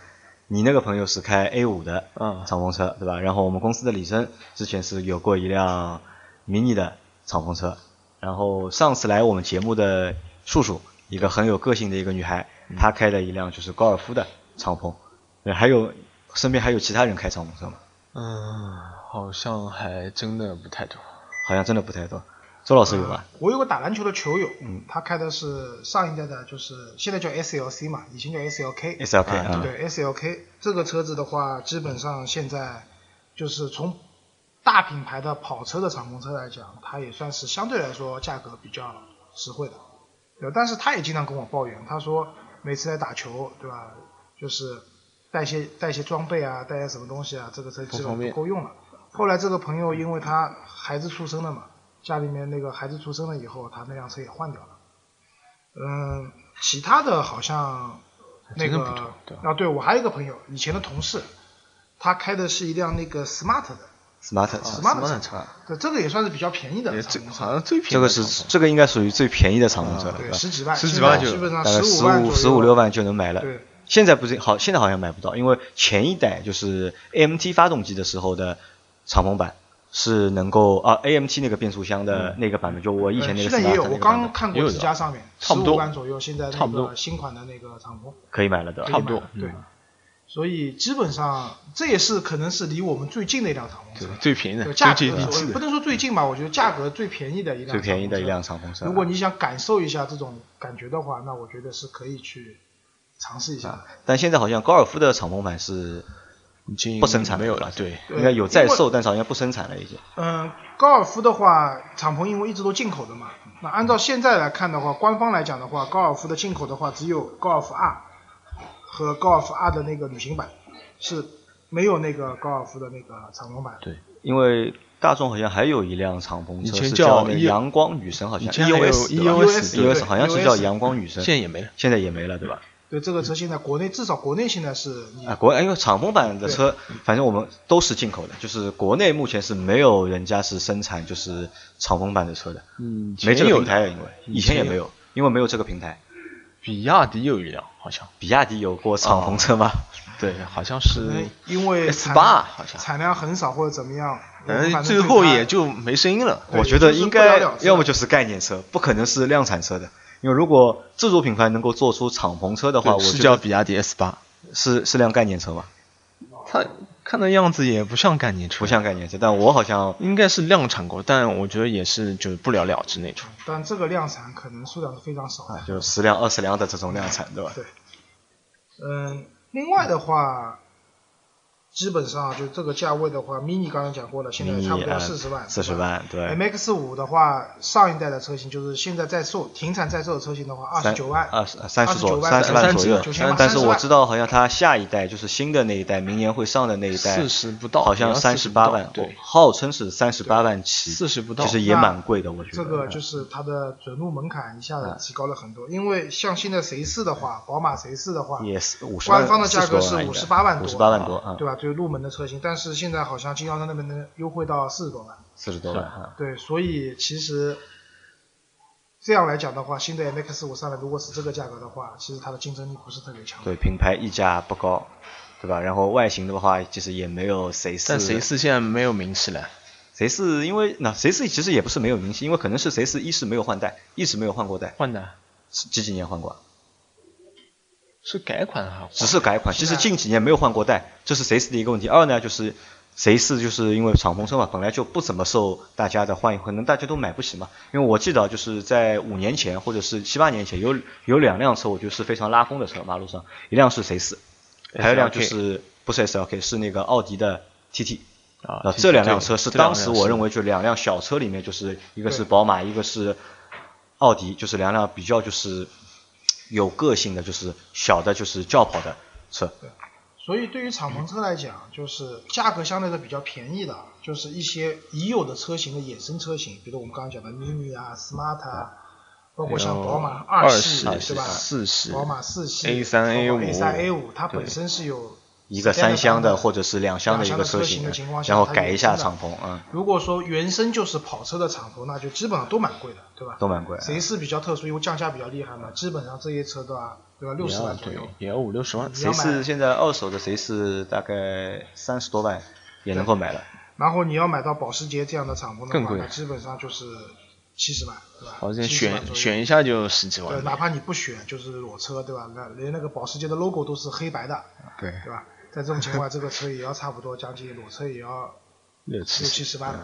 [SPEAKER 2] 你那个朋友是开 A 五的，
[SPEAKER 3] 嗯
[SPEAKER 2] 敞篷车对吧？然后我们公司的李生之前是有过一辆 mini 的敞篷车，然后上次来我们节目的树树，一个很有个性的一个女孩，她开了一辆就是高尔夫的敞篷，对还有身边还有其他人开敞篷车吗？
[SPEAKER 3] 嗯，好像还真的不太多。
[SPEAKER 2] 好像真的不太多。周老师有吧？嗯
[SPEAKER 4] 我有个打篮球的球友，他开的是上一代的，就是现在叫 SLC 嘛，以前叫 SLK。
[SPEAKER 2] S L K
[SPEAKER 3] 啊
[SPEAKER 2] 啊，
[SPEAKER 4] 对 SLK 这个车子的话，基本上现在就是从大品牌的跑车的敞篷车来讲，它也算是相对来说价格比较实惠的。对，但是他也经常跟我抱怨，他说每次来打球，对吧？就是带些带些装备啊，带些什么东西啊，这个车基
[SPEAKER 3] 不方
[SPEAKER 4] 本不
[SPEAKER 3] 便
[SPEAKER 4] 够用了。后来这个朋友因为他孩子出生了嘛，家里面那个孩子出生了以后，他那辆车也换掉了。嗯，其他的好像那
[SPEAKER 3] 真的不
[SPEAKER 4] 个
[SPEAKER 3] 多对吧
[SPEAKER 4] 啊，对我还有一个朋友，以前的同事，他开的是一辆那个 smart 的，
[SPEAKER 2] ，smart
[SPEAKER 4] 啊
[SPEAKER 2] 车，
[SPEAKER 4] Smart
[SPEAKER 3] 的哦车，
[SPEAKER 4] 对，这个也算是比较便宜的
[SPEAKER 3] 也啊
[SPEAKER 4] 敞
[SPEAKER 3] 最
[SPEAKER 4] 篷
[SPEAKER 3] 好
[SPEAKER 4] 车，
[SPEAKER 3] 像最便宜的
[SPEAKER 2] 这个
[SPEAKER 3] 敞
[SPEAKER 2] 是
[SPEAKER 3] 篷
[SPEAKER 2] 这个应该属于最便宜的敞篷车了，对
[SPEAKER 4] 对，
[SPEAKER 2] 吧？
[SPEAKER 4] 十几万，
[SPEAKER 3] 十几
[SPEAKER 4] 现在
[SPEAKER 3] 万就有
[SPEAKER 4] 基本上
[SPEAKER 2] 大概
[SPEAKER 4] 五
[SPEAKER 2] 十
[SPEAKER 4] 万左
[SPEAKER 2] 五
[SPEAKER 4] 右，
[SPEAKER 2] 十五六万就能买了。
[SPEAKER 4] 对，
[SPEAKER 2] 现在不是好，现在好像买不到，因为前一代就是 AMT 发动机的时候的敞篷版是能够啊 AMT 那个变速箱的那个版本，就我以前那个
[SPEAKER 4] 嗯呃现在也
[SPEAKER 2] smart
[SPEAKER 4] 有，
[SPEAKER 2] 那
[SPEAKER 4] 我
[SPEAKER 2] 个版
[SPEAKER 4] 刚
[SPEAKER 2] 本
[SPEAKER 4] 看
[SPEAKER 3] 也
[SPEAKER 4] 过
[SPEAKER 3] 有
[SPEAKER 4] 自
[SPEAKER 3] 的
[SPEAKER 4] 家上面，
[SPEAKER 3] 差
[SPEAKER 4] 十
[SPEAKER 3] 不
[SPEAKER 4] 五
[SPEAKER 3] 多
[SPEAKER 4] 万左右，现在
[SPEAKER 3] 差
[SPEAKER 4] 那
[SPEAKER 3] 不多
[SPEAKER 4] 个新款的那个敞篷，
[SPEAKER 2] 可以买了，对
[SPEAKER 4] 可以
[SPEAKER 2] 吧？
[SPEAKER 3] 不多
[SPEAKER 4] 买了对
[SPEAKER 3] 嗯。
[SPEAKER 4] 所以基本上这也是可能是离我们最近的一辆敞篷车
[SPEAKER 3] 对，最便宜的，
[SPEAKER 4] 对
[SPEAKER 3] 最
[SPEAKER 4] 价
[SPEAKER 3] 接地
[SPEAKER 4] 格啊
[SPEAKER 3] 气
[SPEAKER 4] 不
[SPEAKER 3] 的。
[SPEAKER 4] 能说最近吧，我觉得价格最便宜的一辆
[SPEAKER 2] 最便宜的一
[SPEAKER 4] 敞篷车
[SPEAKER 2] 辆敞篷车。
[SPEAKER 4] 如果你想感受一下这种感觉的话，那我觉得是可以去尝试一下。
[SPEAKER 2] 啊，但现在好像高尔夫的敞篷版是
[SPEAKER 3] 已经
[SPEAKER 2] 不生产
[SPEAKER 3] 没有
[SPEAKER 2] 了
[SPEAKER 3] 了，对，
[SPEAKER 4] 对
[SPEAKER 2] 应该有在
[SPEAKER 4] 因为
[SPEAKER 2] 售，但是好像不生产了已经。
[SPEAKER 4] 嗯，高尔夫的话，敞篷因为一直都进口的嘛，那按照现在来看的话，官方来讲的话，高尔夫的进口的话只有高尔夫 R 和高尔夫 R 的那个旅行版，是没有那个高尔夫的那个敞篷版。
[SPEAKER 3] 对
[SPEAKER 2] 因为大众好像还有一辆敞篷
[SPEAKER 3] 以
[SPEAKER 2] 车
[SPEAKER 3] 前
[SPEAKER 2] 是
[SPEAKER 3] 叫
[SPEAKER 2] 那个
[SPEAKER 3] E-
[SPEAKER 2] 阳光女神，好像
[SPEAKER 3] 以前还有
[SPEAKER 2] EOS 对吧 E
[SPEAKER 4] EOS 对
[SPEAKER 2] EOS 好像是叫阳光女神
[SPEAKER 3] 现，在也没了。
[SPEAKER 2] 现在也没了对吧？
[SPEAKER 4] 对这个车现在国内至少国内现在是你
[SPEAKER 2] 啊，国因为敞篷版的车，反正我们都是进口的，就是国内目前是没有人家是生产就是敞篷版的车的，
[SPEAKER 3] 嗯，以
[SPEAKER 2] 没这
[SPEAKER 3] 前
[SPEAKER 2] 个
[SPEAKER 3] 有
[SPEAKER 2] 平台，因为以前也没有，因为没有这个平台。
[SPEAKER 3] 比亚迪有一辆，好像
[SPEAKER 2] 比亚迪有过敞篷车吗？
[SPEAKER 3] 对，好像
[SPEAKER 4] 可能
[SPEAKER 3] 是
[SPEAKER 4] 因为
[SPEAKER 3] S
[SPEAKER 4] 产
[SPEAKER 3] 八嗯好像，
[SPEAKER 4] 产量很少或者怎么样，我们
[SPEAKER 3] 嗯，
[SPEAKER 4] 反正
[SPEAKER 3] 最
[SPEAKER 4] 对
[SPEAKER 3] 后
[SPEAKER 4] 它
[SPEAKER 3] 也就没声音了。
[SPEAKER 4] 对
[SPEAKER 2] 我觉得应该
[SPEAKER 4] 就是不了了之
[SPEAKER 2] 要么就是概念车，不可能是量产车的。因为如果自主品牌能够做出敞篷车的话，我
[SPEAKER 3] 是
[SPEAKER 2] 觉
[SPEAKER 3] 叫
[SPEAKER 2] 得
[SPEAKER 3] 比亚迪 S 八，
[SPEAKER 2] 是是辆概念车吧，
[SPEAKER 3] 它看那样子也不像概念车，
[SPEAKER 2] 不像概念车。但我好像
[SPEAKER 3] 应该是量产过，但我觉得也是就是不了了之那种。
[SPEAKER 4] 但这个量产可能数量是非常少的。
[SPEAKER 2] 啊就十辆、二十辆的这种量产，对吧？
[SPEAKER 4] 对，嗯，另外的话，基本上就这个价位的话，mini 刚才讲过了，现在差不多四十万，
[SPEAKER 2] 呃四十。万，对，
[SPEAKER 4] MX 五的话，上一代的车型就是现在在售停产在售的车型的话，二十九万，
[SPEAKER 2] 二十三十
[SPEAKER 4] 29
[SPEAKER 2] 左
[SPEAKER 4] 万
[SPEAKER 2] 三十万
[SPEAKER 4] 30
[SPEAKER 2] 左右
[SPEAKER 4] 29万，
[SPEAKER 2] 但是我
[SPEAKER 4] 万
[SPEAKER 2] 知道好像它下一代就是新的那一代，明年会上的那一代，
[SPEAKER 3] 四十不到，
[SPEAKER 2] 好像三十八
[SPEAKER 3] 也
[SPEAKER 2] 万哦
[SPEAKER 3] 要，40不到
[SPEAKER 2] 号称是三十八万起，
[SPEAKER 3] 对，四十不到。
[SPEAKER 2] 其实也蛮贵的，我觉
[SPEAKER 4] 这
[SPEAKER 2] 得。
[SPEAKER 4] 个就是它的准入门槛一下
[SPEAKER 2] 嗯
[SPEAKER 4] 子提高了很多。因为像现在 C 四的话，宝马 C 四的话，
[SPEAKER 2] 也是五十
[SPEAKER 4] 官方的价格是
[SPEAKER 2] 五
[SPEAKER 4] 58万多
[SPEAKER 2] 五十八万多啊，
[SPEAKER 4] 对吧？就是入门的车型，但是现在好像经销商那边能优惠到四十多万。
[SPEAKER 2] 四十多万啊。
[SPEAKER 4] 对，所以其实这样来讲的话，新的 MX 五三百如果是这个价格的话，其实它的竞争力不是特别强。
[SPEAKER 2] 对，品牌溢价不高，对吧？然后外形的话，其实也没有 C 四，
[SPEAKER 3] 但 C 四现在没有名气了，
[SPEAKER 2] C 四，因为那 C 四其实也不是没有名气，因为可能是 C 四一是没有换代，一直没有换过代，
[SPEAKER 3] 换的
[SPEAKER 2] 是几几年换过啊？
[SPEAKER 3] 是改款还
[SPEAKER 2] 只是改款，其
[SPEAKER 4] 是
[SPEAKER 2] 实
[SPEAKER 4] 的
[SPEAKER 2] 近几年没有换过代，这是 C 四的一个问题。二呢，就是 C 四就是因为敞篷车嘛，本来就不怎么受大家的欢迎，可能大家都买不起嘛。因为我记得就是在五年前或者是七八年前，有有两辆车我觉得是非常拉风的车，马路上一辆是 C 四，还有一辆就是不是 SLK，是那个奥迪的 TT。
[SPEAKER 3] 啊
[SPEAKER 2] 啊，，这两辆车是当时我认
[SPEAKER 3] 为
[SPEAKER 2] 为就两辆小车里面，就是一个是
[SPEAKER 4] 对
[SPEAKER 2] 宝马，一个是奥迪，就是两辆比较就是有个性的，就是小的，就是轿跑的车。
[SPEAKER 4] 所以对于敞篷车来讲，就是价格相对是比较便宜的，就是一些已有的车型的衍生车型，比如我们刚刚讲的 Mini 啊、Smart 啊，包括像宝马
[SPEAKER 3] 二
[SPEAKER 4] 系，对吧？
[SPEAKER 3] 四十，
[SPEAKER 4] 宝马四系、
[SPEAKER 3] A3 A5
[SPEAKER 4] A 三 A 五，它
[SPEAKER 3] 对
[SPEAKER 4] 本身是有
[SPEAKER 2] 一个三厢的或
[SPEAKER 4] 者
[SPEAKER 2] 者是两厢的一个车型
[SPEAKER 4] 两厢的车型的情况，下
[SPEAKER 2] 然后改一下
[SPEAKER 4] 它就
[SPEAKER 2] 敞篷，嗯，
[SPEAKER 4] 如果说原生就是跑车的敞篷，那就基本上都蛮贵的，对吧？
[SPEAKER 2] 都蛮贵啊。
[SPEAKER 4] 谁是比较特殊，因为降价比较厉害嘛，基本上这些车都啊，对吧？六
[SPEAKER 3] 也
[SPEAKER 4] 十
[SPEAKER 3] 要
[SPEAKER 4] 万左
[SPEAKER 3] 对
[SPEAKER 4] 右。，
[SPEAKER 3] 也要五六十万。
[SPEAKER 4] 你
[SPEAKER 2] 谁
[SPEAKER 4] 要买
[SPEAKER 2] 是，现在二手的，谁是大概三十多万也能够买了。
[SPEAKER 4] 然后你要买到保时捷这样的敞篷
[SPEAKER 3] 更
[SPEAKER 4] 的话，
[SPEAKER 3] 贵
[SPEAKER 4] 那基本上就是七十万，对吧？
[SPEAKER 3] 好像
[SPEAKER 4] 70万
[SPEAKER 3] 选
[SPEAKER 4] 左右
[SPEAKER 3] 选一下就十几
[SPEAKER 4] 对，
[SPEAKER 3] 万
[SPEAKER 4] 哪怕你不选，就是裸车，对吧？那连那个保时捷的 logo 都是黑白的，
[SPEAKER 3] 对，
[SPEAKER 4] 对吧？在这种情况下，这个车也要差不多将近裸车也要
[SPEAKER 3] 六
[SPEAKER 4] 六七
[SPEAKER 3] 七
[SPEAKER 4] 十万，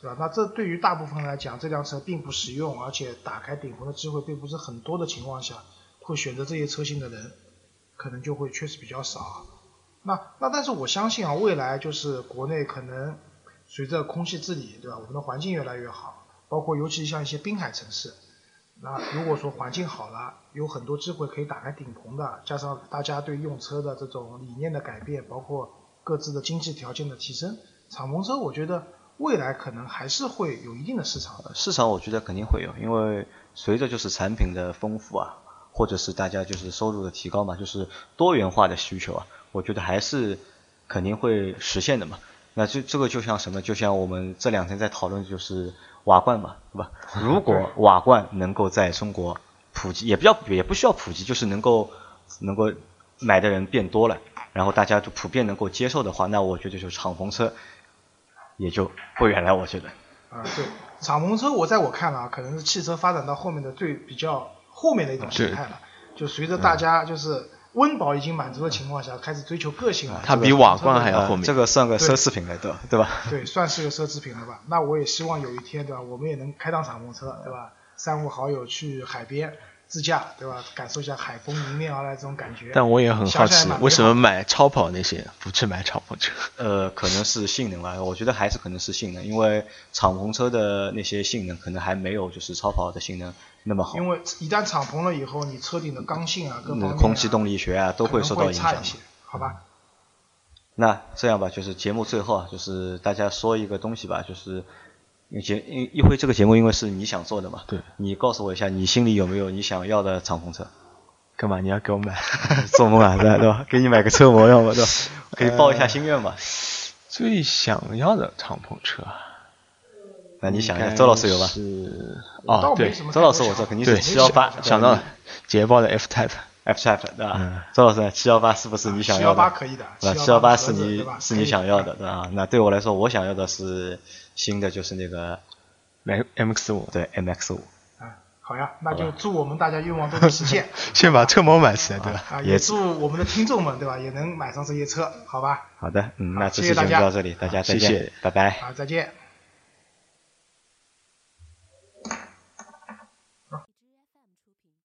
[SPEAKER 4] 对吧？那这对于大部分人来讲，这辆车并不实用，而且打开顶棚的机会并不是很多的情况下，会选择这些车型的人，可能就会确实比较少啊。那那但是我相信啊，未来就是国内可能随着空气治理，对吧？我们的环境越来越好，包括尤其像一些滨海城市，那如果说环境好了，有很多机会可以打开顶棚的，加上大家对用车的这种理念的改变，包括各自的经济条件的提升，敞篷车我觉得未来可能还是会有一定的市场的。
[SPEAKER 2] 市场我觉得肯定会有，因为随着就是产品的丰富啊，或者是大家就是收入的提高嘛，就是多元化的需求啊，我觉得还是肯定会实现的嘛。那这这个就像什么？就像我们这两天在讨论就是瓦罐嘛，对吧？如
[SPEAKER 3] [LAUGHS]
[SPEAKER 2] 果瓦罐能够在中国普及，也不要也不需要普及，就是能够能够买的人变多了，然后大家就普遍能够接受的话，那我觉得就是敞篷车也就不远了，我觉得。
[SPEAKER 4] 啊，对，敞篷车我在我看来啊，可能是汽车发展到后面的最比较后面的一种形态了。就随着大家就是温饱已经满足的情况下，开始追求个性了。
[SPEAKER 3] 它
[SPEAKER 4] 这个
[SPEAKER 3] 比瓦罐还要
[SPEAKER 2] 呃
[SPEAKER 3] 后面
[SPEAKER 2] 这个算个
[SPEAKER 4] 对
[SPEAKER 2] 奢侈品了，对吧？对吧？
[SPEAKER 4] [LAUGHS] 对，算是个奢侈品了吧？那我也希望有一天，对吧？我们也能开辆敞篷车，对吧？三五好友去海边自驾，对吧？感受一下海风迎面而来这种感觉。
[SPEAKER 3] 但我也很好
[SPEAKER 4] 想起来
[SPEAKER 3] 奇
[SPEAKER 4] 蛮，美
[SPEAKER 3] 为什
[SPEAKER 4] 好
[SPEAKER 3] 么买超跑那些不去买敞篷车？ [LAUGHS]
[SPEAKER 2] 呃，可能是性能吧，我觉得还是可能是性能，因为敞篷车的那些性能可能还没有就是超跑的性能那么好，
[SPEAKER 4] 因为一旦敞篷了以后，你车顶的刚性啊，各方面、
[SPEAKER 2] 嗯
[SPEAKER 4] 啊、
[SPEAKER 2] 空气动力学啊都
[SPEAKER 4] 可能会
[SPEAKER 2] 受到影
[SPEAKER 4] 差
[SPEAKER 2] 响
[SPEAKER 4] 一。些，好吧？
[SPEAKER 2] 那这样吧，就是节目最后啊，就是大家说一个东西吧，就是因为节因一辉这个节目因为是你想做的嘛，
[SPEAKER 3] 对，
[SPEAKER 2] 你告诉我一下你心里有没有你想要的敞篷车？
[SPEAKER 3] 干嘛你要给我买？
[SPEAKER 2] 做梦啊，对吧对吧？给你买个车模，要么对吧？可以
[SPEAKER 4] 呃
[SPEAKER 2] 报一下心愿嘛？
[SPEAKER 3] 最想要的敞篷车，啊
[SPEAKER 2] 那你想一下，周老师有吧？啊
[SPEAKER 3] 是
[SPEAKER 4] 倒
[SPEAKER 3] 哦，
[SPEAKER 4] 没
[SPEAKER 3] 对
[SPEAKER 4] 什么
[SPEAKER 2] 周
[SPEAKER 4] 太
[SPEAKER 2] 老师，
[SPEAKER 4] 多
[SPEAKER 2] 我
[SPEAKER 4] 想
[SPEAKER 2] 知道肯定
[SPEAKER 3] 对
[SPEAKER 2] 是七幺八，
[SPEAKER 3] 想到了，捷豹的 F Type，
[SPEAKER 2] F Type 对
[SPEAKER 3] 嗯
[SPEAKER 2] 吧？周老师，七幺八是不是你想要
[SPEAKER 4] 718
[SPEAKER 2] 的？
[SPEAKER 4] 可以的
[SPEAKER 2] 对吧？
[SPEAKER 4] 718
[SPEAKER 2] 七幺八
[SPEAKER 4] 盒
[SPEAKER 2] 是
[SPEAKER 4] 子对
[SPEAKER 2] 你
[SPEAKER 4] 吧
[SPEAKER 2] 是
[SPEAKER 4] 可
[SPEAKER 2] 你
[SPEAKER 4] 以
[SPEAKER 2] 想要的对吧？那对我来说，我想要的是新的，就是那个
[SPEAKER 3] 买 MX 五，
[SPEAKER 2] 对 MX 五，
[SPEAKER 4] 啊，好呀，那就祝我们大家愿望都能实现
[SPEAKER 3] 先把车模买起来，对吧？
[SPEAKER 4] 啊，
[SPEAKER 2] 也
[SPEAKER 4] 也祝我们的听众们对吧，也能买上这些车，好吧？
[SPEAKER 2] 好的，嗯，
[SPEAKER 4] 好
[SPEAKER 2] 那这期节
[SPEAKER 4] 谢谢大
[SPEAKER 2] 目
[SPEAKER 4] 家
[SPEAKER 2] 到这里，大家再
[SPEAKER 3] 谢
[SPEAKER 2] 见
[SPEAKER 3] 谢，
[SPEAKER 2] 拜拜。
[SPEAKER 4] 啊好，再见。